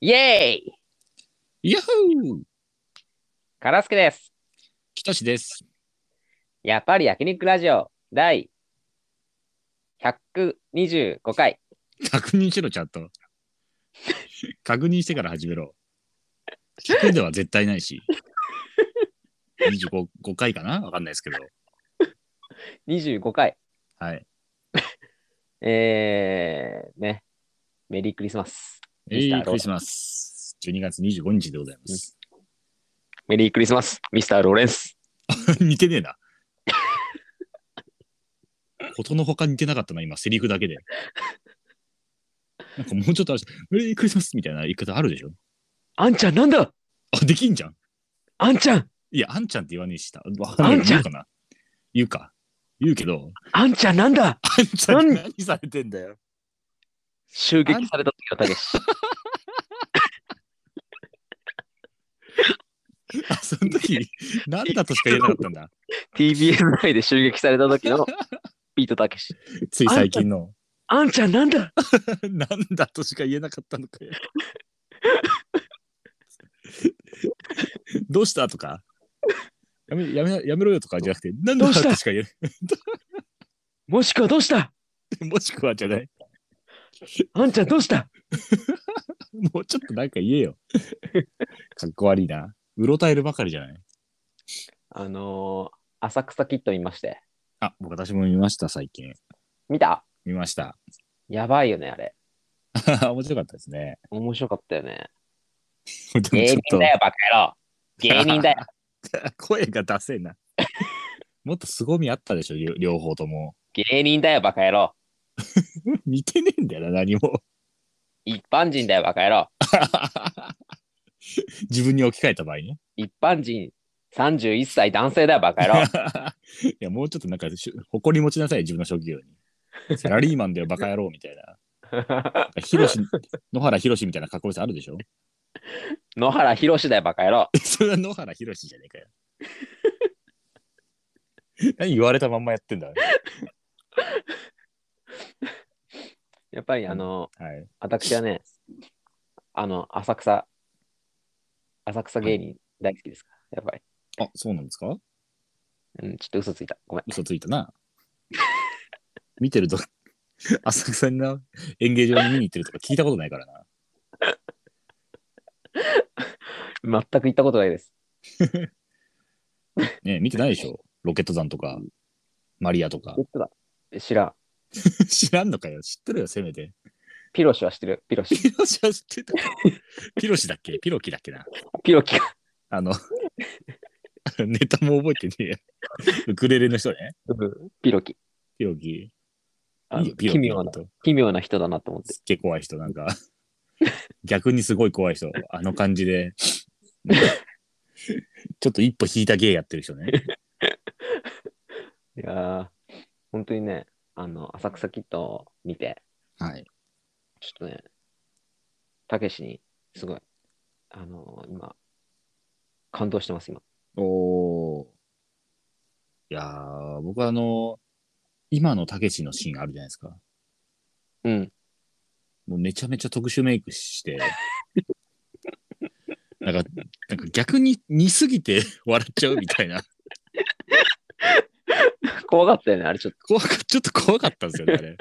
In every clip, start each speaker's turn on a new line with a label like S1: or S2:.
S1: イエーイ
S2: ヤッホー
S1: カラスケです。
S2: きとしです。
S1: やっぱり焼肉ラジオ第125回。
S2: 確認しろ、ちゃんと。確認してから始めろ。100では絶対ないし。25 5回かなわかんないですけど。
S1: 25回。
S2: はい。
S1: えー、ね。メリークリスマス。
S2: え
S1: ミスターローレン
S2: ー、クリスマス。12月25日でございます。
S1: メリークリスマス、ミスター・ローレンス。
S2: 似てねえな。ことのほか似てなかったな、今、セリフだけで。なんかもうちょっとあるし、メリークリスマスみたいな言い方あるでしょ
S1: あんちゃんなんだ
S2: あ、できんじゃん。
S1: あんちゃん
S2: いや、あんちゃんって言わねえしなわかんない。
S1: あんちゃん
S2: 言うかな言うか。言うけど、
S1: あんちゃんなんだ
S2: あんちゃん
S1: なん
S2: に何されてんだよ。
S1: 襲撃された時のたけし。
S2: あ、その時、なんだとしか言えなかったんだ。
S1: TBS 内で襲撃された時のピートたけし。
S2: つい最近の。
S1: あんちゃんなんだ
S2: なんだとしか言えなかったの かよ。どうしたとか。やめやめやめろよとかじゃなくて、なんだ
S1: どう
S2: と
S1: した
S2: しか言え
S1: もしくはどうした
S2: ない。もしくはじゃない。
S1: あんちゃんどうした
S2: もうちょっとなんか言え よ。かっこ悪いな。うろたえるばかりじゃない。
S1: あのー、浅草キッド見まして。
S2: あ、僕私も見ました、最近。
S1: 見た
S2: 見ました。
S1: やばいよね、あれ。
S2: 面白かったですね。
S1: 面白かったよね。
S2: でもち
S1: 芸
S2: ょっ
S1: 人
S2: と
S1: だよ、バ カ野郎。芸人だよ。
S2: 声がダセえな。もっと凄みあったでしょ、りょ両方とも。
S1: 芸人だよ、バカ野郎。
S2: 似てねえんだよな、何も。
S1: 一般人だよ、バカ野郎。
S2: 自分に置き換えた場合ね。
S1: 一般人31歳男性だよ、バカ野郎。
S2: いや、もうちょっとなんかしゅ、誇り持ちなさい、自分の職業に。サラリーマンだよ、バカ野郎みたいな。 ヒロシ、野原ひろしみたいなかっこよさあるでしょ
S1: 野原ひろしだよ、バカ野郎。
S2: それは野原ひろしじゃね えかよ。何言われたまんまやってんだ。は
S1: やっぱり、あの、
S2: い。
S1: 私はね、あの、浅草、浅草芸人大好きですから、やっぱり。
S2: あ、そうなんですか
S1: うん、ちょっと嘘ついた。ごめん。
S2: 嘘ついたな。見てると、 浅草にな、演芸場に見に行ってるとか聞いたことないからな。
S1: 全く行ったことないです。
S2: ねえ見てないでしょ。ロケット山とか、マリアとか。
S1: 言ってたえ知らん。
S2: 知らんのかよ。知ってるよ、せめて。
S1: ピロシは知ってる。ピロシ。
S2: ピロシは知ってた。ピロシだっけピロキだっけな。
S1: ピ ロキか。
S2: あの、ネタも覚えてねえよ。ウクレレの人ね。
S1: うんピロキ。
S2: ピロキ。
S1: あ
S2: いい
S1: の
S2: よ、ピロ
S1: 奇
S2: キ。
S1: 妙な、
S2: ほんと
S1: 奇妙な人だなと思って。
S2: すっげえ怖い人、なんか、逆にすごい怖い人、あの感じで、ちょっと一歩引いた芸やってる人ね。
S1: いやー、本当にね、あの、浅草キッドを見て、
S2: はい。
S1: ちょっとね、たけしに、すごい、あのー今、感動してます、今。
S2: おお。いやー、僕はあの、今のたけしのシーンあるじゃないですか。
S1: うん。
S2: もうめちゃめちゃ特殊メイクして、なんか、なんか逆に似すぎて 笑っちゃうみたいな。
S1: 怖かったよね、あれちょっと。
S2: 怖かちょっと怖かったんですよね、あれ。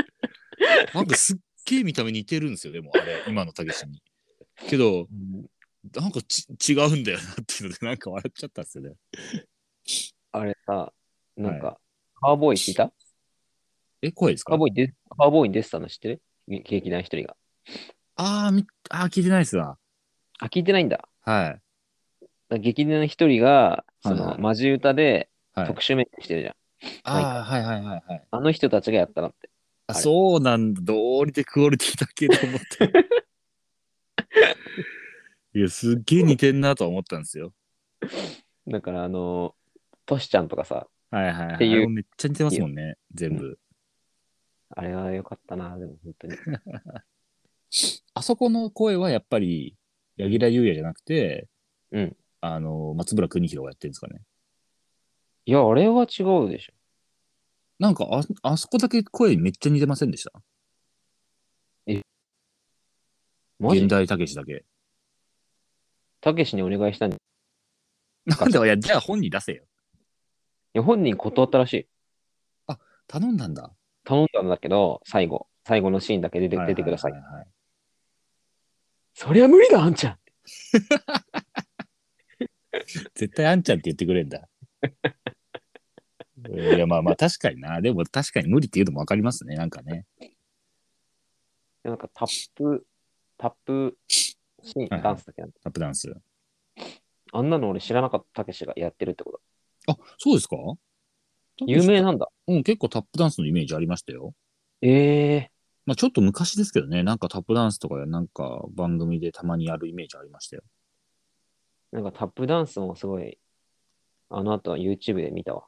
S2: なんかすっげえ見た目似てるんですよ、でもあれ、今のたけしに。けど、なんかち違うんだよなっていうので、なんか笑っちゃったんですよね。
S1: あれさ、なんか、カーボーイ聞いた
S2: え、声ですか
S1: カーボーイで、カーボーイに出てたの知ってるげ劇団一人が。
S2: あーみあー、聞いてないですわ。
S1: あ、聞いてないんだ。だか
S2: はい。
S1: ら劇団一人が、そ
S2: はいは
S1: の、
S2: い
S1: マジ歌で
S2: はい、
S1: 特殊メイクしてるじゃん。
S2: あーはいはいはいはい。
S1: あの人たちがやったのって。
S2: あ
S1: あれ
S2: そうなんだ、どうりでクオリティだけと思 って。いや、すっげえ似てんなとは思ったんですよ。
S1: だから、あのー、トシちゃんとかさ、
S2: はいはいはい。
S1: っていう
S2: あれもめっちゃ似てますもんね、全部。
S1: あれは良かったな、でも本当に。
S2: あそこの声はやっぱり、柳楽優弥じゃなくて、
S1: うん
S2: あの、松村邦弘がやってるんですかね。
S1: いや、あれは違うでしょ。
S2: なんかあ、あそこだけ声めっちゃ似てませんでした。
S1: マジ
S2: 現代たけしだけ。
S1: たけしにお願いしたんで、い
S2: なんだいや、じゃあ本に出せよ。
S1: や本人断ったらしい。
S2: 頼んだんだ。
S1: 頼んだんだけど、最後、最後のシーンだけ出て
S2: はい
S1: 出てください。
S2: ははは
S1: そりゃ無理だ、あんちゃん。
S2: 絶対あんちゃんって言って くれんだ。いや、まあまあ確かにな。でも確かに無理っていうのもわかりますね。なんかね。
S1: でなんかタップ、タップシーン、
S2: はいはい
S1: ダンスだっけなんて
S2: タップダンス。
S1: あんなの俺知らなかった、たけしがやってるってこと。
S2: あ、そうですか
S1: 有名なんだ。
S2: うん、結構タップダンスのイメージありましたよ。
S1: ええ
S2: まあちょっと昔ですけどね。なんかタップダンスとかなんか番組でたまにやるイメージありましたよ。
S1: なんかタップダンスもすごい、あの後 YouTube で見たわ。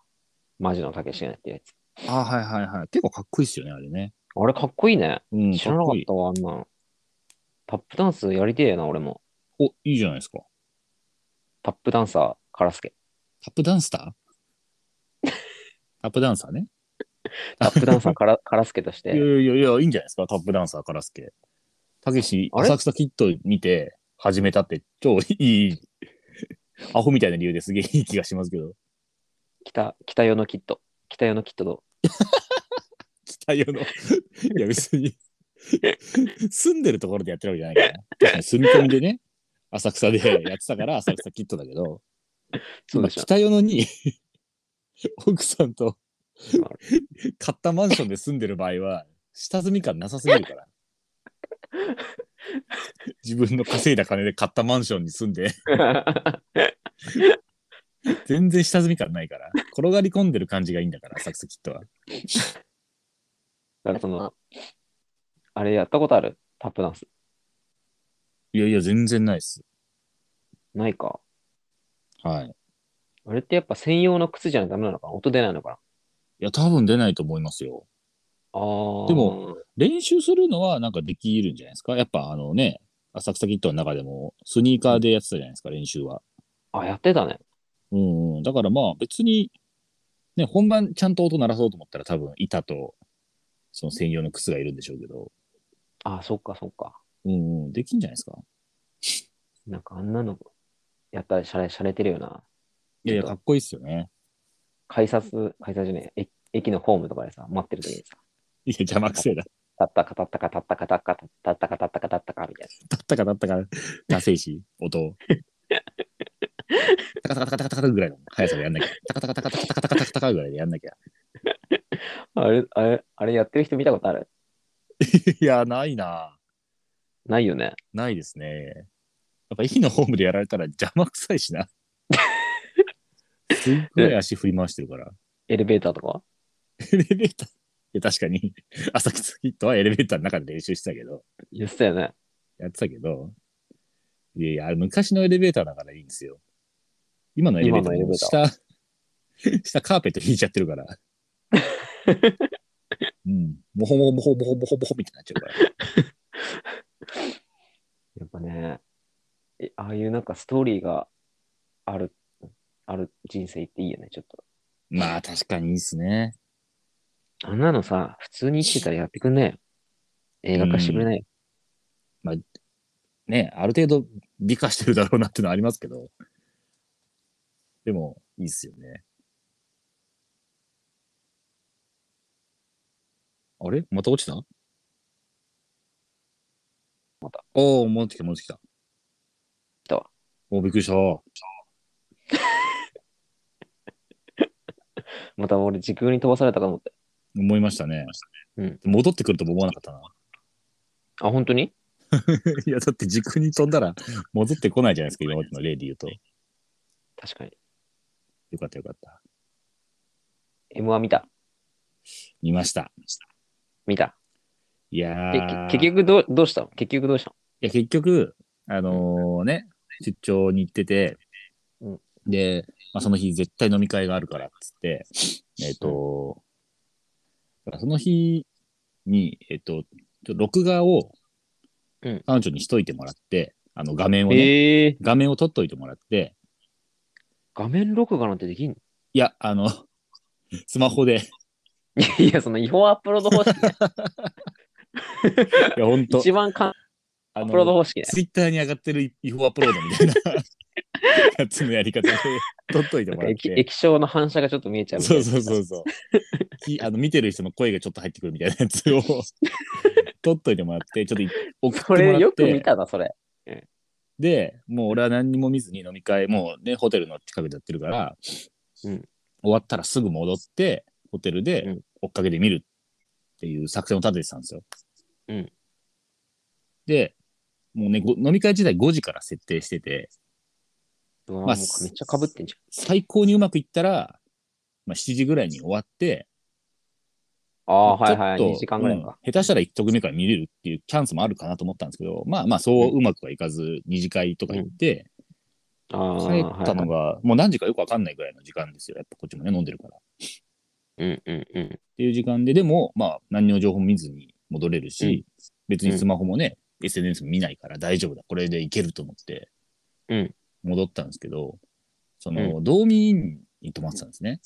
S1: マジのたけしがやってるやつ。
S2: あはいはいはい。結構かっこいいっすよね、あれね。
S1: あれかっこいいね。
S2: うん、
S1: 知らな
S2: っ
S1: か
S2: こ
S1: っ
S2: いい
S1: たわ、あんなの。タップダンスやりてえな、俺も。
S2: お、いいじゃないですか。
S1: タップダンサー、カラスケ。
S2: タップダンスター タップダンサーね。
S1: タップダンサー、カ ラカラスケとし
S2: い
S1: て。
S2: やいやいや、いいんじゃないですか、タップダンサー、カラスケ。たけし、
S1: あれ
S2: 浅草キッド見て始めたって、超いい、アホみたいな理由ですげえいい気がしますけど。
S1: 北、北世のキット。北世のキットど
S2: 北用の、いや別に、住んでるところでやってるわけじゃないからね。確かに住み込みでね、浅草でやってたから浅草キッドだけど、
S1: うそう
S2: 今
S1: でしょ。
S2: 北用のに、 奥さんと
S1: あ
S2: 買ったマンションで住んでる場合は、下積み感なさすぎる から。自分の稼いだ金で買ったマンションに住んで、全然下積み感ないから。転がり込んでる感じがいいんだから、サクスキットは。
S1: だからそ の、あれやったことあるタップダンス。
S2: いやいや、全然ないっす。
S1: ないか。
S2: はい。
S1: あれってやっぱ専用の靴じゃないとダメなのかな音出ないのかない
S2: や、多分出ないと思いますよ。
S1: あー
S2: でも、練習するのはなんかできるんじゃないですか。やっぱあのね、浅草キットの中でもスニーカーでやってたじゃないですか、練習は。
S1: あ、やってたね。
S2: うんうん。だからまあ別に、ね、本番ちゃんと音鳴らそうと思ったら多分板と、その専用の靴がいるんでしょうけど、
S1: あ、そっかそっか。
S2: うんうん、できんじゃないですか。
S1: なんかあんなの、やったらしゃれ、しゃれてるよな。
S2: いやいや、
S1: ちょ
S2: か
S1: っと
S2: っこいいっすよね。
S1: 改札、改札じゃねえ、駅駅のホームとかでさ、待ってる時にさ、
S2: いや、邪魔くせえだ。
S1: たったかたったかたったかたったかたったかたったかたったかみたい
S2: だったかだったか、ダセいし、音。タカタカタカタカタカぐらいの速さでやんなきゃ。タカタカタカタカタカタカタカぐらいでやんなきゃ。
S1: な。あれ、あれ、あれやってる人見たことある
S2: いや、ないな。
S1: ないよね。
S2: ないですね。やっぱ駅のホームでやられたら邪魔くさいしな。すっごい足振り回してるから。
S1: エレベーターとかは
S2: エレベーター。いや、確かに、浅草キットはエレベーターの中で練習してたけど、
S1: 言ってたよね。
S2: やってたけど、いやいや、あれ昔のエレベーターだからいいんですよ。今のエレベータ
S1: 今のエレ
S2: ー
S1: ベ
S2: も
S1: ータ
S2: 下、下 カーペット引いちゃって るから。うん。もほもほもほもほもほもほみたいになっちゃうから。
S1: やっぱね、えああいうなんかストーリーがある、ある人生っていいよね、ちょっと。
S2: まあ、確かにいいっすね。
S1: あんなのさ、普通に生きてたらやってくんねえよ。映画化してくれないよ。
S2: ね、ある程度美化してるだろうなっていうのはありますけど。でも、いいっすよね。あれまた落ちた
S1: また。
S2: おー、戻ってきた、戻ってきた。
S1: 来たわ。
S2: おー、びっくりした。
S1: また俺時空に飛ばされたかと思って。
S2: 思いましたね。
S1: うん
S2: 戻ってくるとも思わなかった な。
S1: あ、本当に
S2: いや、だって軸に飛んだら戻ってこないじゃないですか、今までの例で言うと。
S1: 確かに。
S2: よかった、よかった。
S1: M は見た
S2: 見ました。
S1: 見た
S2: いや
S1: え
S2: ー。
S1: け結局どうどうしたの結局どうしたの
S2: いや、結局、あのーね、出張に行ってて、
S1: うん
S2: で、まあ、その日絶対飲み会があるからっつって、えっ、と、だからその日に、えっ、と、ちょ録画を
S1: うん
S2: 彼女にしといてもらって、あの画面をね、
S1: えー、
S2: 画面を撮っといてもらって、
S1: 画面録画なんてできんの
S2: いや、あの、 スマホで、い
S1: いや、その違法アップロード方式
S2: や、ほんと、
S1: 一番簡ア
S2: あの
S1: ップロード方式ね。
S2: ツイッターに上がってる違法アップロードみたいな やつのやり方で取っといて
S1: なん
S2: も
S1: から
S2: っ
S1: 液
S2: て。
S1: 液晶の反射がちょっと見えちゃうみたい
S2: そう
S1: な。
S2: そうそうそう。 きあの見てる人の声がちょっと入ってくるみたいなやつを 取っといてもらって、ちょっと送って
S1: そ
S2: もらって。
S1: れよく見たな、それ。
S2: で、もう俺は何にも見ずに飲み会、もうね、ホテルの近くでやってるから、
S1: うん
S2: 終わったらすぐ戻って、ホテル
S1: う
S2: で
S1: ん
S2: 追っかけてみるっていう作戦を立ててたんですよ。
S1: うん
S2: で、もうね、ご飲み会自体5時から設定してて、
S1: うわ
S2: まあ
S1: もうめっちゃかぶってんじ
S2: 最高にうまくいったら、まあ、7時ぐらいに終わって、
S1: ゃん。ああー、はいはい。
S2: ちょっと
S1: 2時間ぐらいか。
S2: うん下手したら1曲目から見れるっていうチャンスもあるかなと思ったんですけど、まあまあ、そううまくはいかず、2次会とか行って、
S1: ああ
S2: 帰
S1: ー、
S2: ったの
S1: はいはい
S2: が、もう何時かよくわかんないぐらいの時間ですよ。やっぱこっちもね、飲んでるから。っ
S1: うんうんうん。
S2: ていう時間で、でも、まあ、何の情報も見ずに戻れるし、別にスマホもね、SNS も見ないから大丈夫だ。これでいけると思って
S1: うん、
S2: 戻ったんですけど、その、道民院に泊まってたんですね。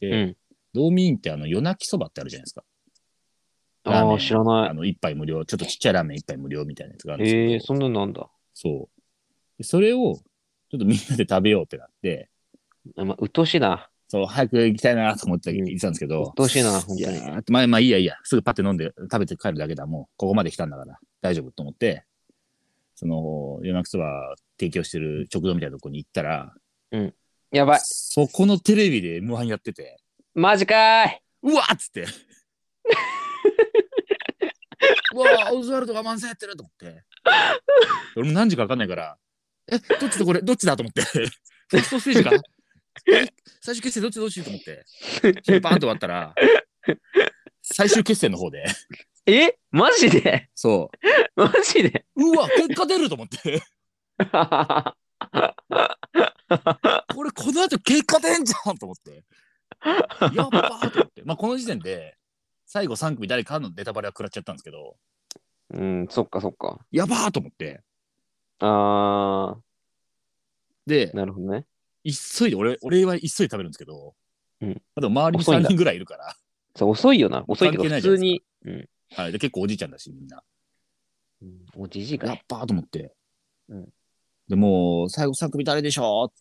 S2: で、
S1: うん
S2: 道民院ってあの、夜泣きそばってあるじゃないですか。ラー
S1: あ
S2: メ
S1: あ、
S2: ン
S1: 知らな
S2: あの、一杯無料、ちょっとちっちゃいラーメン一杯無料みたいなやつがあるん
S1: い。
S2: ですけど、
S1: ええー、そんなのなんだ。
S2: そう。でそれを、ちょっとみんなで食べようってなって、
S1: あまあ、うっとうしいな。
S2: そう、早く行きたいなと思って
S1: うん
S2: 行ってたんですけど。
S1: うっとうしいな本当に
S2: いやーまあまあいいやいいや、すぐパッて飲んで食べて帰るだけだ、もうここまで来たんだから大丈夫と思って、その、夜中そば提供してる食堂みたいなとこに行ったら、
S1: やばい。
S2: そこのテレビで M1 やってて、
S1: マジかーい。
S2: うわっつって。 うわーオズワルドが漫才やってると思って。俺も何時か分かんないから、え、どっちとこれ、どっちだと思 って。ファーストステージかえ最終決戦どっちどっちと思って。それバーンと終わったら、最終決戦の方で、
S1: えマジで
S2: そ
S1: マジで
S2: う、うわ、結果出ると思って、これこの後結果出んじゃんと思って。やっばーと思って。まあこの時点で、最後3組誰かのネタバレは食らっちゃったんですけど、
S1: うん、そっかそっか。
S2: やばーと思って。
S1: あ
S2: で
S1: あ、、なるほどね。
S2: 急いで、俺、俺は急いで食べるんですけど、
S1: うん
S2: まあでも周りに
S1: 遅いんだ
S2: 3人ぐらいいるから、
S1: そう遅いよな。遅いけど、
S2: 関係な
S1: 普
S2: いじゃな
S1: 通
S2: い
S1: に。う
S2: で
S1: ん。
S2: はい、で結構おじいちゃんだし、みんな。
S1: うんおじじいか
S2: やっ
S1: い。
S2: ばーと思って。
S1: うん
S2: でもう、最後3組誰でしょう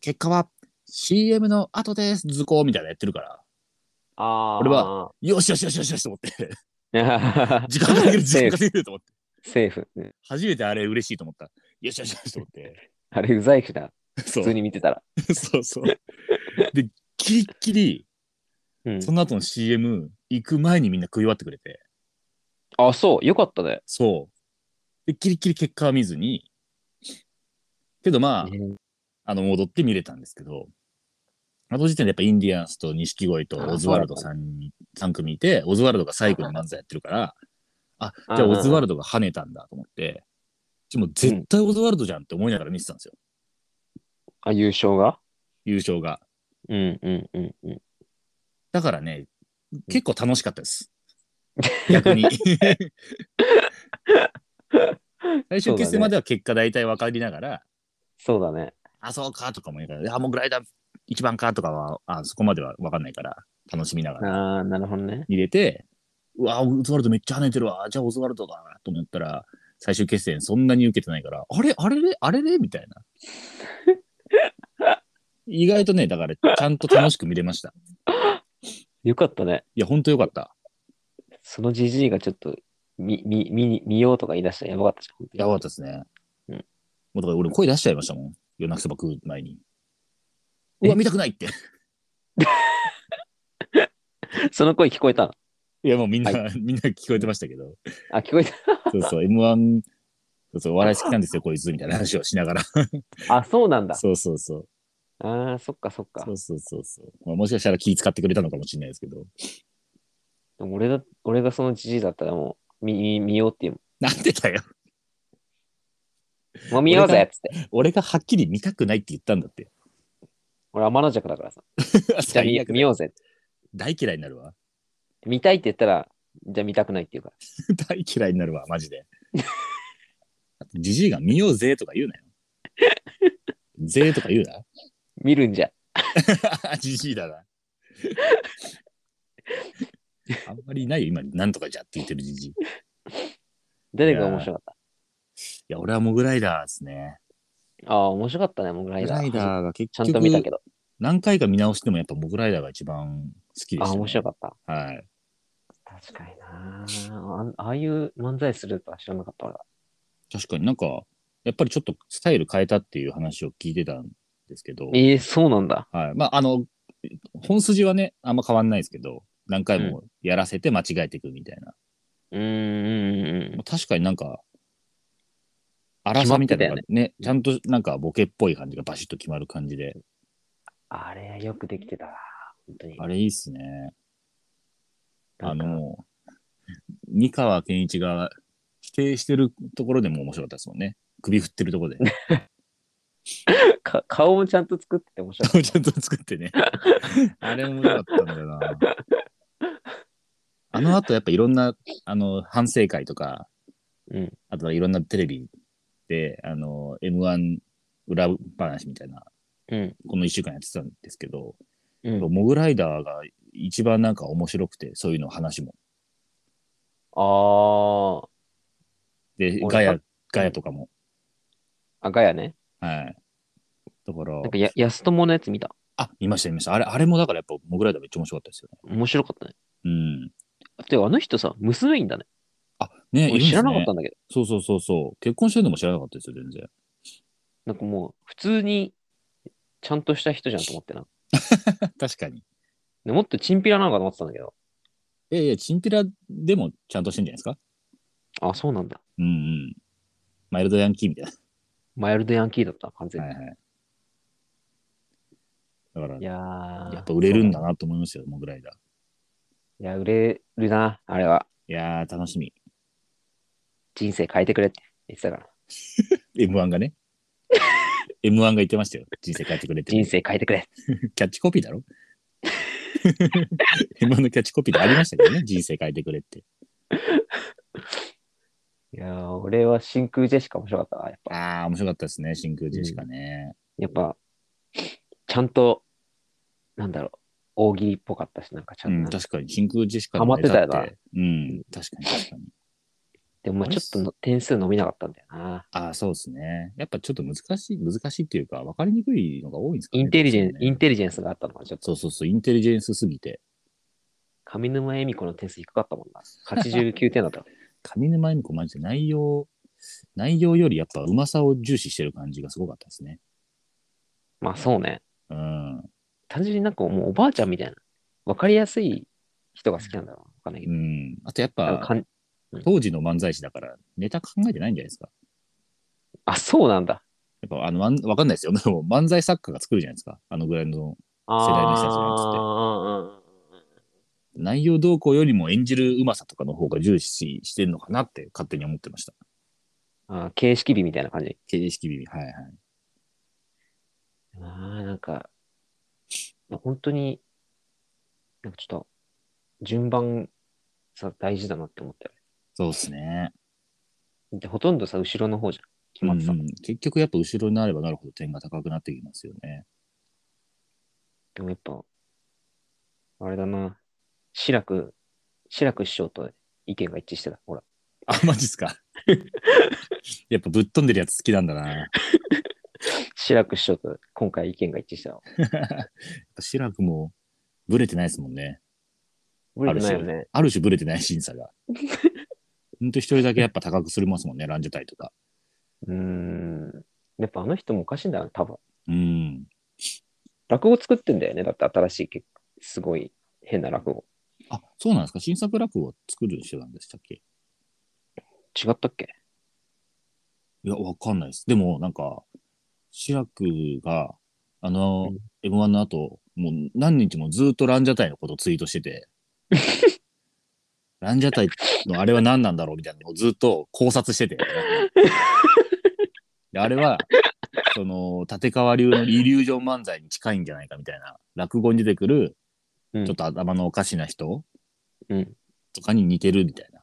S2: 結果は CM の後です、図工みたいなのやってるから、
S1: ああ。
S2: 俺は。よしよしよしよしよしと思 って、 時間が
S1: 稼
S2: できる、時間
S1: セー
S2: が
S1: フ。
S2: できると思って、
S1: セーフ。うん
S2: 初めてあれ嬉しいと思った。よしよしよしと思って。
S1: あれ、うざいしな。
S2: そ
S1: 普通
S2: う
S1: に見てたら。
S2: そうそう。で、キリッキリ、
S1: うん。
S2: その後の CM 行く前にみんな食い終わってくれて、
S1: あ、そう。よかったね。
S2: そう。で、キリキリ結果は見ずに、けどまあ、
S1: うん
S2: あの、戻って見れたんですけど、あの時点でやっぱインディアンスと錦鯉とオズワルド
S1: あそ
S2: 3人、三組いて、オズワルドが最後に漫才やってるから、あ、じゃ
S1: あ
S2: あオズワルドが跳ねたんだと思って、ちょもう絶対オズワルドじゃんって思いながら見てたんですよ、
S1: あ、優勝が
S2: 優勝が。
S1: うんうんうんうん。
S2: だからね、結構楽しかった です。逆に。 最終決戦までは結果大体分かりながら、
S1: そうだね。
S2: あ、そうかとかもいいから、あ、もうグライダー一番かとかは、あ、そこまでは分かんないから、楽しみながら
S1: ああ、なるほどね。
S2: 入れて、うわ、オズワルドめっちゃ跳ねてるわ、じゃあオズワルドだなと思ったら、最終決戦そんなに受けてないから、あれあれれあれれみたいな。 意外とね、だからちゃんと楽しく見れました。
S1: よかったね。
S2: いや、ほんとよかった。
S1: そのじじいがちょっと、み、み、見に、見ようとか言い出したらやばかったじゃん。
S2: やばかったですね。
S1: うん
S2: もうだから俺声出しちゃいましたもん。夜泣きそば食う前に。
S1: え
S2: うわ、見たくないって。
S1: その声聞こえたの
S2: いや、もうみんな、
S1: は
S2: みんな聞こえてましたけど。
S1: あ、聞こえた。
S2: そうそう、M1、そうそう、お笑い好きなんですよ、こいつ、みたいな話をしながら。
S1: あ、そうなんだ。
S2: そうそうそう。
S1: ああ、そっかそっか
S2: そ。うそうそうそう。まあ、もしかしたら気使ってくれたのかもしれないですけど。
S1: でも俺だ、俺がそのじじいだったらもう、み、み見ようっていう。
S2: なんでだよ。
S1: もう見よう
S2: 俺
S1: ぜ
S2: が
S1: っつって。
S2: 俺がはっきり見たくないって言ったんだ って。
S1: 俺、天の弱だからさ。じゃあ見
S2: 最悪だ
S1: 見ようぜ。
S2: 大嫌いになるわ。
S1: 見たいって言ったら、じゃあ見たくないっていうから。
S2: 大嫌いになるわ、マジで。じじいが見ようぜとか言うなよ。ぜとか言うな。
S1: 見るんじゃ。
S2: じじい だな。 あんまりいないよ、今、なんとかじゃって言ってるじじい。
S1: 誰が面白かっ
S2: や、俺はモグライダーですね。
S1: たああ、面白かったね、モグラ
S2: モ
S1: イ
S2: グ
S1: ダ
S2: ラ
S1: ー。
S2: イダーが結
S1: ちゃんと見た
S2: 局
S1: け、ど。
S2: 何回か見直してもやっぱモグライダーが一番好きで
S1: ああ、
S2: す、
S1: 面白
S2: か
S1: かった。
S2: った。はい。
S1: 確かになあ。ああいう漫才するとは知らなかった俺は。
S2: 確かになんか、やっぱりちょっとスタイル変えたっていう話を聞いてたんですけど、
S1: ええそうなんだ。
S2: はい。まあ、あの、本筋はね、あんま変わんないですけど、何回もやらせて間違えていくみたいな。
S1: うーんうんうん
S2: まあ確かになんか、荒さみたいなのがね、ちゃんとなんかボケっぽい感じがバシッと決まる感じで、
S1: あれ、よくできてたな。本当に。
S2: あれいいっすね。あ
S1: なんか、
S2: の、三河健一が否定してるところでも面白かったですもんね。首振ってるところで。
S1: か顔もちゃんと作ってて面白い。
S2: ちゃんと作って ね。あれ面白かったんだよな。あの後やっぱいろんな、あの、反省会とか、
S1: うん
S2: あとはいろんなテレビで、あの、M1 裏話みたいな、
S1: うん。
S2: この一週間やってたんですけど、
S1: うん、
S2: モグライダーが一番なんか面白くて、そういうの話も。
S1: あ
S2: で、
S1: 俺
S2: ガヤ、ガヤとかも。
S1: あ、あ、ガヤね。
S2: はい。だか
S1: な
S2: ら
S1: ん、かや、安友のやつ見た。
S2: あ、見ました、見ました。あれ、あれもだからやっぱ、モグライダーめっちゃ面白かったですよね。
S1: 面白かったね。
S2: うん。
S1: てか、あの人さ、娘いんだね。
S2: あ、ね、いるん
S1: 俺
S2: ですね
S1: 知らなかったんだけど。
S2: そうそうそうそう。結婚してるのも知らなかったですよ、全然。
S1: なんかもう、普通に、ちゃんとした人じゃんと思ってな。
S2: 確かに。
S1: でもっとチンピラなのかと思ってたんだけど。
S2: いやいや、チンピラでもちゃんとしてんじゃないですか
S1: あ、そうなんだ。
S2: うんうん。マイルドヤンキーみたい
S1: マイルドヤンキーだった、完全
S2: な。
S1: に。
S2: はいはい。だから、
S1: いやー
S2: やっぱ売れるんだなと思いますよ、モグライダー。
S1: いや、売れるな、あれは。
S2: いやー、楽しみ。
S1: 人生変えてくれって言ってたから。
S2: M1 が ね。M1 が言ってましたよ。人生変えてくれて。
S1: 人生変えてくれ。
S2: キャッチコピーだろ ?M1 のキャッチコピーでありましたけどね。人生変えてくれって。
S1: いやー、俺は真空ジェシカ面白かったな。やっぱ、
S2: ああ、面白かったですね、真空ジェシカね。
S1: やっぱちゃんと、なんだろう、大喜利っぽかったし、なんかちゃ
S2: うんん、
S1: と。
S2: 確かに、真空ジェシカの
S1: ハマってたよ
S2: ネタ
S1: な
S2: うん、確かに確かに。
S1: でも、まあちょっとの点数伸びなかったんだよな。
S2: ああ、そうですね。やっぱちょっと難しい、難しいっていうか、分かりにくいのが多いんですかね。
S1: インテリジェンス、
S2: どうして
S1: イ
S2: も
S1: ン
S2: ね
S1: テリジェンスがあったのは、ちょっと、
S2: そうそうそう、インテリジェンスすぎて。
S1: 上沼恵美子の点数低かったもん な。89点だった。
S2: 上沼恵美子、マジで内容、内容よりやっぱうまさを重視してる感じがすごかったですね。
S1: まあ、そうね。
S2: うん。
S1: 単純になんかもうおばあちゃんみたいな、わかりやすい人が好きなんだろうな。わかんないけ
S2: う
S1: ど。
S2: ん。あとやっ
S1: なんかか
S2: ぱ、
S1: ん
S2: 当時の漫才師だから、ネタ考えてないんじゃないですか。
S1: あ、そうなんだ。
S2: やっぱ、あの、わんわかんないですよ。でも漫才作家が作るじゃないですか。あのぐらいの
S1: あ
S2: 世代の人たち
S1: あ
S2: 内容動向よりも演じるうまさとかの方が重視してるのかなって勝手に思ってました。
S1: ーあー形式美みたいな感じ。
S2: 形式美味。はいはい。
S1: ああ、なんか、本当に、なんかちょっと、順番さ、大事だなって思ったよ
S2: そうですね。
S1: ね。で、ほとんどさ、後ろの方じゃん。決
S2: うん
S1: ま
S2: う
S1: ってたの。
S2: ん、結局やっぱ後ろになればなるほど点が高くなってきますよね。
S1: でもやっぱ、あれだな。志らく、志らく師匠と意見が一致してた。ほら。
S2: あ、マジっすか。 やっぱぶっ飛んでるやつ好きなんだな。 やっ
S1: 志らく師匠と今回意見が一致してた。
S2: ぱ志らくもブレてないですもんね。
S1: 無理ないよね。
S2: ある種ブレてない審査が。ほんと一人だけやっぱ高くするますもんね、ランジュタイとか。
S1: うーん。やっぱあの人もおかしいんだな、多分。
S2: うん。
S1: 落語作ってんだよね。だって新しい結、すごい変な落語。
S2: あ、そうなんですか。新作落語を作る人なんでしたっけ
S1: 違ったっけ
S2: いや、わかんないです。でも、なんか、志らくが、あの、M1 の後、もう何日もずっとランジャタイのことをツイートして て、ランジャタイのあれは何なんだろうみたいなのをずっと考 察してて。であれは、その、立川流のイリュージョン漫才に近いんじゃないかみたいな、落語に出てくる、
S1: うん
S2: ちょっと頭のおかしな人
S1: うん。
S2: とかに似てるみたいな。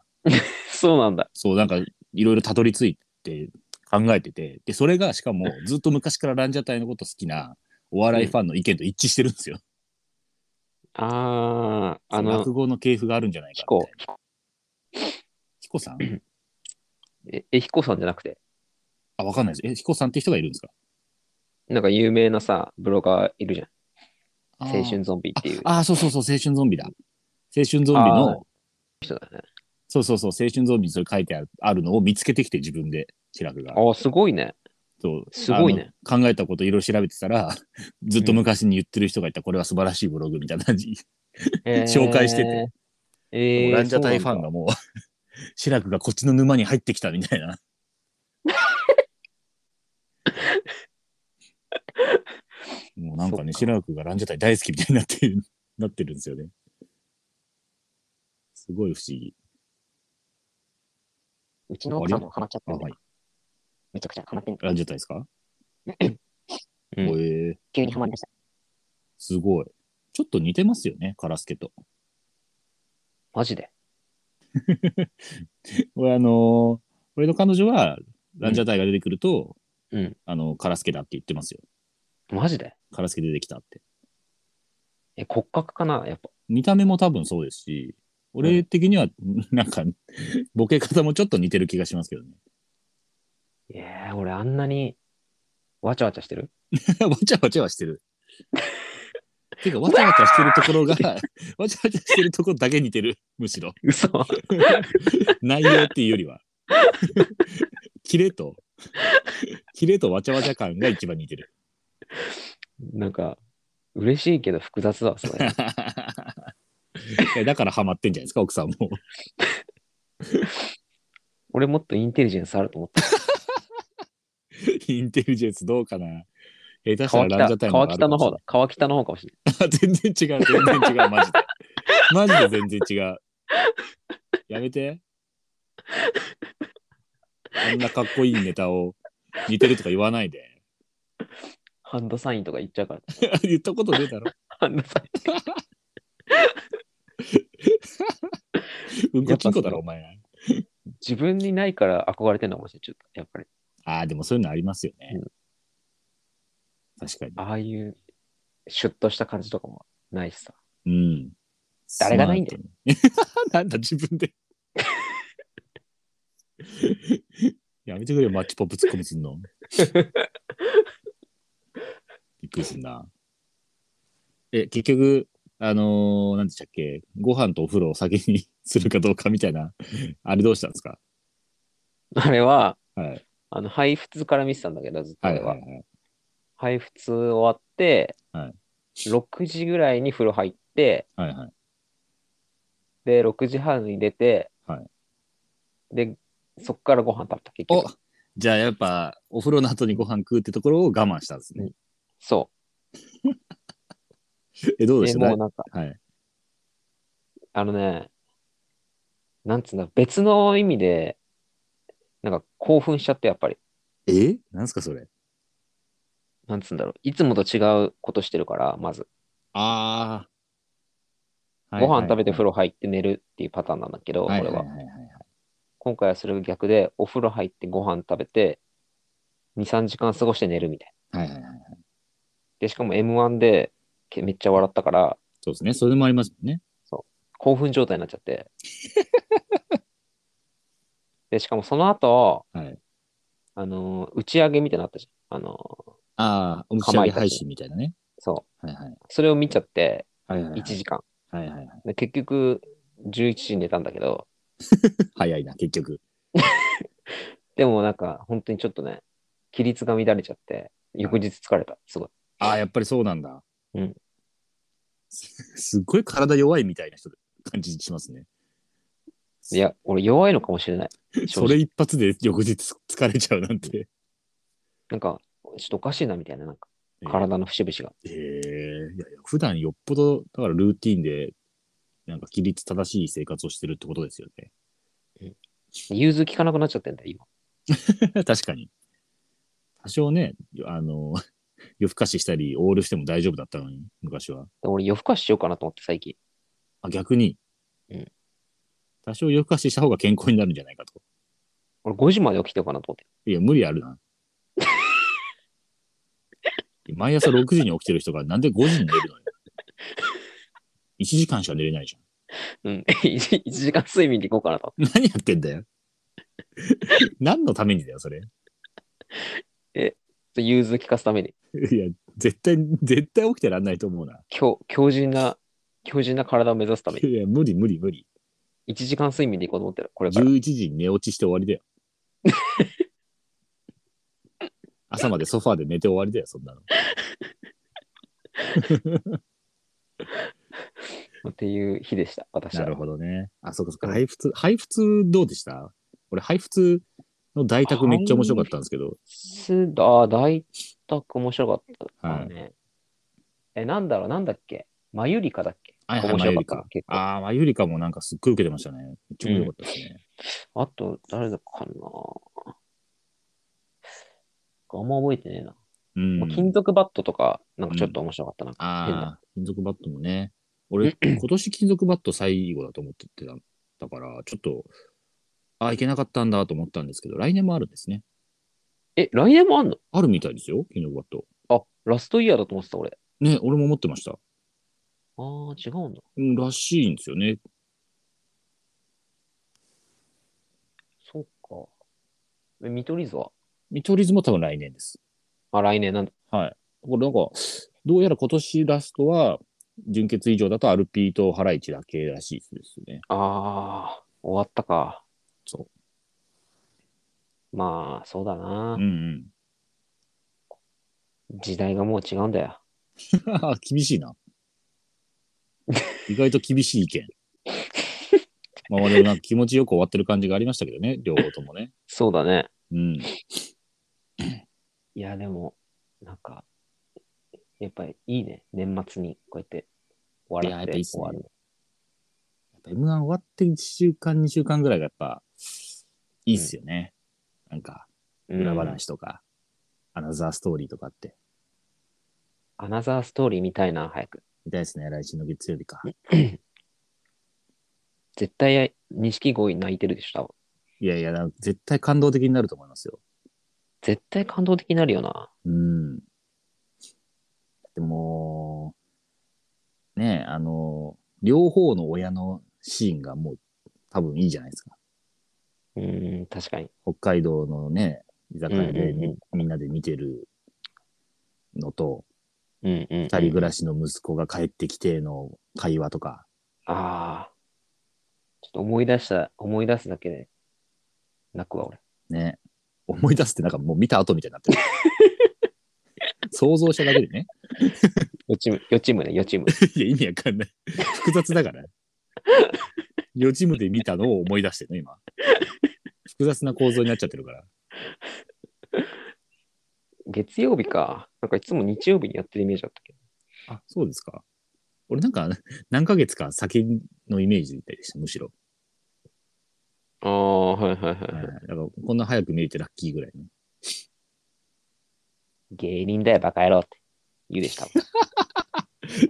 S1: そうなんだ。
S2: そう、なんか、いろいろたどり着いて考えてて、で、それが、しかも、ずっと昔からランジャタイのこと好きな、お笑いファンの意見と一致してるんですよ。
S1: ああ、あの
S2: 落、語の系譜があるんじゃない
S1: ヒ
S2: かみ
S1: コ
S2: たいな。ヒコさん
S1: え、えひこさんじゃなくて、
S2: あ、わかんないです。え、彦さんって人がいるんですか
S1: なんか有名なさ、ブロガーいるじゃん。
S2: あー
S1: 青春ゾンビっていう
S2: ああ、そうそうそう、青春ゾンビだ。青春ゾンビの、
S1: 人だね。
S2: そうそうそう、青春ゾンビにそれ書いてあるあるのを見つけてきて、自分で、白くが。
S1: ああ、すごいね。
S2: そう
S1: すごいね
S2: あの考えたこといろいろ調べてたら、ずっと昔に言ってる人がいた、これは素晴らしいブログみたいな感じ。紹介してて。
S1: えー、
S2: ランジャタイファン
S1: そうなんだ
S2: がもう、 白くがこっちの沼に入ってきたみた いな。もうなんかね、
S1: そっ
S2: 白くがランジャタイ大好きみたいになってる、 なってるんですよね。すごい不思議。
S3: うちの奥さんもハマっちゃったんだよ。めちゃくちゃハマってん
S2: ラン
S3: の
S2: ジャタイですか
S1: う
S2: へ、
S1: ん
S2: えー、
S3: 急にハマりました。
S2: すごい。ちょっと似てますよね、カラスケと。
S1: マジで。
S2: 俺あのー俺の彼女はランジャタイが出てくると、
S1: うん。
S2: あのカラスケだって言ってますよ
S1: マジで。
S2: カラスケ出てきたって
S1: え、骨格かなやっぱ。
S2: 見た目も多分そうですし俺的には なんかボケ方もちょっと似てる気がしますけどね
S1: いやー、俺あんなに、わちゃわちゃしてる
S2: わちゃわちゃはしてるてかわちゃわちゃしてるところが わちゃわちゃしてるところだけ似てるむしろ
S1: 嘘。
S2: 内容っていうよりは キレとキレとわちゃわちゃ感が一番似てる
S1: なんか、嬉しいけど複雑だわ、そ れ。
S2: いやだからハマってんじゃないですか、奥さんも。
S1: 俺もっとインテリジェンスあると思った。
S2: インテリジェンスどうかな。下手した
S1: 川
S2: らランジ
S1: 北
S2: ャタイ
S1: 川北の方だ
S2: だ。。
S1: 川北の方かもしれない。
S2: 全然違う、全然違う、マジで。マジで全然違う。やめて。あんなかっこいいネタを似てるとか言わないで。
S1: ハンドサインとか言っちゃうから。
S2: 言ったことねえだろ。
S1: ハンドサイン。
S2: うんこちんこだろ、お前。
S1: 自分にないから憧れてるのかもしれない。ちょっと、やっぱり。
S2: ああ、でもそういうのありますよね。確かに。
S1: ああいう、シュッとした感じとかもないしさ。
S2: うん。
S1: 誰がないんだ
S2: よ。 なんだ、自分で。 やめてくれよ、マッチポップ突っ込みすん の。びっくりすんな。え、結局、あのー、なんでしたっけ、ご飯とお風呂を先にするかどうかみたいな、あれどうしたんですか
S1: あれは、
S2: はい。
S1: あの、配布から見てたんだけど、ずっと
S2: はい
S1: 俺は
S2: はい。はい。
S1: 配布終わって、
S2: はい
S1: 6時ぐらいに風呂入って、
S2: はいはい。
S1: で、6時半に出て、
S2: はい
S1: で、そっからご飯食べた、結
S2: お
S1: 局。
S2: じゃあやっぱ、お風呂の後にご飯食うってところを我慢したんですね。
S1: そ
S2: え、どう
S1: う。
S2: で
S1: で、
S2: した
S1: もうなんか、
S2: はい。
S1: あのね、なんつうんだ、別の意味で、なんか興奮しちゃって、やっぱり。
S2: えなんすかそれ。
S1: なんつうんだろう。いつもと違うことしてるから、まず。
S2: ああ。
S1: ご飯食べて風
S2: 呂
S1: 呂入って寝るっていうパターンなんだけど、
S2: はい
S1: 俺
S2: はい
S1: は
S2: はい。はいはい
S1: 今回はそれが逆で、お風呂入ってご飯食べて、2、3時間過ごして寝るみたいな。
S2: はいはいはい。
S1: で、しかも M1 でけめっちゃ笑ったから、
S2: そうですね。それもありますもんね。
S1: 興奮状態になっちゃ って。で、しかもその後、
S2: はい
S1: あのー打ち上げみたいなのあったじゃん。あのー
S2: ああ、おむ
S1: か
S2: し上
S1: ま
S2: げ
S1: いたち
S2: 配信みたいなね。
S1: そ。。
S2: はいはいう
S1: それを見ちゃって、
S2: はいはいはい
S1: 1時間。
S2: はいはいはい。
S1: で結局、11時に寝たんだけど、
S2: 早いな、結局。
S1: でもなんか、本当にちょっとね、規律が乱れちゃって、翌日疲れた。すごい。
S2: ああ、やっぱりそうなんだ。
S1: うん
S2: す。すっごい体弱いみたいな人感じしますね。
S1: いや、俺弱いのかもしれない。正
S2: そ
S1: 直
S2: れ一発で翌日疲れちゃうなんて。
S1: なんか、ちょっとおかしいなみたいな、なんか、体の節々が。
S2: ええいやいや、普段よっぽど、だからルーティンで、なんか規律正しい生活をしてるってことですよね。
S1: 融通効かなくなっちゃってんだよ、今。
S2: 確かに。多少ね、あの、 夜更かししたり、オールしても大丈夫だったのに、昔は。
S1: で俺、夜更かししようかなと思って、最近。
S2: あ、逆に。
S1: うん
S2: 多少夜更かしした方が健康になるんじゃないかと。
S1: 俺、5時まで起きてようかなと思って。
S2: いや、無理あ るな。毎朝6時に起きてる人がなんで5時に寝るのよ。1時 間しか寝れないじゃん。
S1: うん。1時間睡眠でいこうかなと。
S2: 何やってんだよ。 何のためにだよ、それ。
S1: 融通聞かすために、
S2: いや、絶対、絶対起きてらんないと思うな。
S1: 強強靭な、強靭な体を目指すために、
S2: いや、無理無理無理。
S1: 1時間睡眠でいこうと思ってる、これから。
S2: 11時に寝落ちして終わりだ よ。朝までソファーで寝て終わりだよ、そんなの。
S1: っていう日でした、私
S2: な
S1: は。
S2: るほどね。あ、そうかそうか。
S1: うん
S2: 配布通、配布通どうでした俺、配布通の大宅めっちゃ面白かったんですけど。
S1: すあ、大宅面白かった、
S2: はい。
S1: ね。え、なんだろう、なんだっけマユリカだっけ
S2: はいはい、
S1: 面
S2: マ
S1: 白
S2: ユ
S1: かっ
S2: リ
S1: た
S2: カ。
S1: 結構
S2: ああ、マユリカもなんかすっごい受けてましたね。めっちゃ面白かったですね。
S1: あと、誰だかなあんま覚えてねえな。
S2: うん。
S1: まあ金属バットとか、なんかちょっと面白かったな。変
S2: あ
S1: な
S2: あ、金属バットもね。俺、 今年金属バット最後だと思っててただから、ちょっと、ああ、いけなかったんだと思ったんですけど、来年もあるんですね。
S1: え、来年もあんの
S2: あるみたいですよ、金属バット。
S1: あ、ラストイヤーだと思ってた、俺。
S2: ね、俺も思ってました。
S1: ああ、違うんだ。
S2: うん、らしいんですよね。
S1: そっか。え、見取り図は
S2: 見取り図も多分来年です。
S1: あ、来年なんだ。
S2: これなんか、どうやら今年ラストは、準決以上だとアルピーとハライチだけらしいですね。
S1: ああ、終わったか。。
S2: そう
S1: まあ、そうだな
S2: うん。うん。
S1: 時代がもう違うんだよ。
S2: 厳しいな。意外と厳しい意見。まあまあでもなんか気持ちよく終わってる感じがありましたけどね、両方ともね。
S1: そうだね。
S2: うん。
S1: いや、でも、なんか、やっぱりいいね。年末にこうやって笑
S2: いやや
S1: っ
S2: っぱい
S1: て
S2: いっす
S1: 終
S2: ね
S1: わるの。
S2: M1 終わって1週間、2週間ぐらいがやっぱ、いいっすよね。なんか、
S1: うん
S2: 裏話とか、アナザーストーリーとかって。
S1: アナザーストーリー見たいな、早く。
S2: 見たいですね、来週の月曜日か。
S1: 絶対、錦鯉泣いてるでしょ、多分
S2: いやいや、なんか絶対感動的になると思いますよ。
S1: 絶対感動的になるよな。
S2: うん。でも、ねえ、あの、両方の親のシーンがもう多分いいじゃないですか。
S1: うーん、確かに。
S2: 北海道のね、居酒屋で
S1: うんうんう
S2: みみんなで見てるのと、
S1: うんうん、うん。
S2: 二人暮らしの息子が帰ってきての会話とか、
S1: ああ。ちょっと思い出した、思い出すだけで、泣くわ、俺。
S2: ね。思い出すってなんかもう見た後みたいになって る。想像しただけでね。
S1: 予チーム、予チームね、予チーム。
S2: いや、意味わか んない。複雑だから。予知夢で見たのを思い出してね、今。複雑な構造になっちゃってるから。
S1: 月曜日か。なんかいつも日曜日にやってるイメージだったけど。
S2: あ、そうですか。俺なんか、何ヶ月か先のイメージみたいでした、むしろ。
S1: ああ、はいはいは
S2: はい、だからこんな早く見れてラッキーぐらい ね。
S1: 芸人だよ、バカ野郎って言うでした。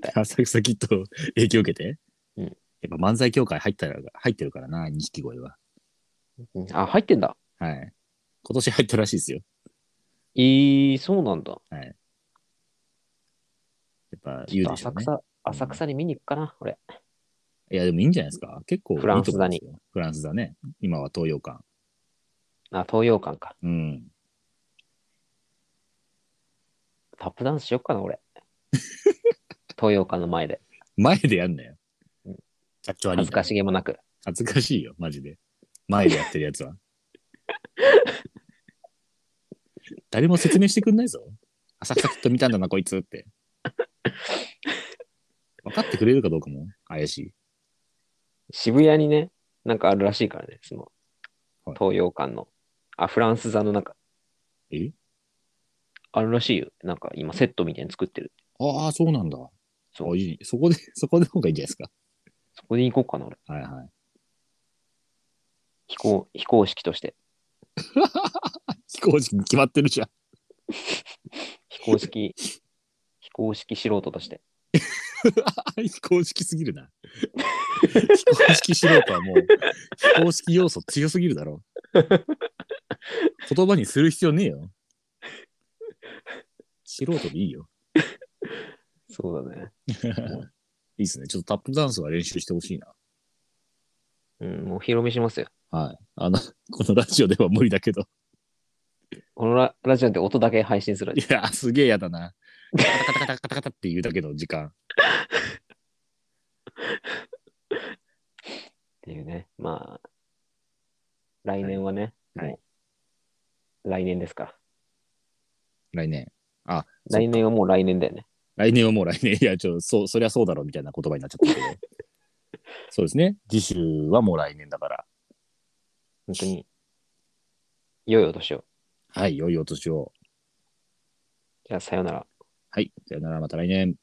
S1: 多分
S2: 浅草きっと影響受けて。
S1: うん
S2: やっぱ漫才協会入ったら、入ってるからな、錦鯉は。
S1: うんあ、入ってんだ。
S2: はい。今年入ったらしいですよ。
S1: えー、そうなんだ。
S2: やっぱ
S1: ちょ
S2: 言
S1: っと
S2: うでし
S1: 浅
S2: ょうね。
S1: 草、浅草に見に行くかな、俺。
S2: いや、でもいいんじゃないですか。結構いいと思うんですよ
S1: フランスだに。
S2: フランスだね。今は東洋館。
S1: あ、東洋館か。
S2: うん。
S1: タップダンスしよっかな、 俺。東洋館の前で。
S2: 前でやんなよ
S1: うん。
S2: 社長
S1: 恥ずかしげもなく。
S2: 恥ずかしいよ、マジで。前でやってるや つは。誰も説明してくんないぞ。浅草きっと見たんだな、こいつって。分かってくれるかどうかも怪しい。
S1: 渋谷にね、なんかあるらしいからね、その
S2: はい、
S1: 東洋館の。あ、フランス座のなんか、
S2: え
S1: あるらしいよ。なんか今セットみたいに作ってる。
S2: ああ、そうなんだ。
S1: そう
S2: あいいそこで、そこの方がいいんじゃないですか。
S1: そこで行こうかな、俺。
S2: はいはい。
S1: 非公非公式として。
S2: 非公式に決まってるじゃん。
S1: 非公 式、非公式素人として。
S2: 非公式すぎるな。非公式素人はもう、非公式要素強すぎるだろ。言葉にする必要ねえよ。素人でいいよ。
S1: そうだね。
S2: いいっすね。ちょっとタップダンスは練習してほしいな。
S1: うん、もうお披露目しますよ。
S2: はい。あの、このラジオでは無理だけど。
S1: このララジオで音だけ配信する
S2: い。や、すげえやだな。カタカタカタカタカタって言うだけの時間。
S1: っていうね。まあ、来年はね、
S2: はい
S1: もう、来年ですから。
S2: 来年。あ、そっ
S1: 来年はもう来年だよね。
S2: 来年はもう来年。いや、ちょ、そう、そりゃそうだろうみたいな言葉になっちゃったけど。そうですね。次週はもう来年だから。
S1: 本当に。良いお年を。
S2: はい、良いお年を。
S1: じゃあ、さようなら。
S2: はい、さよなら、また来年。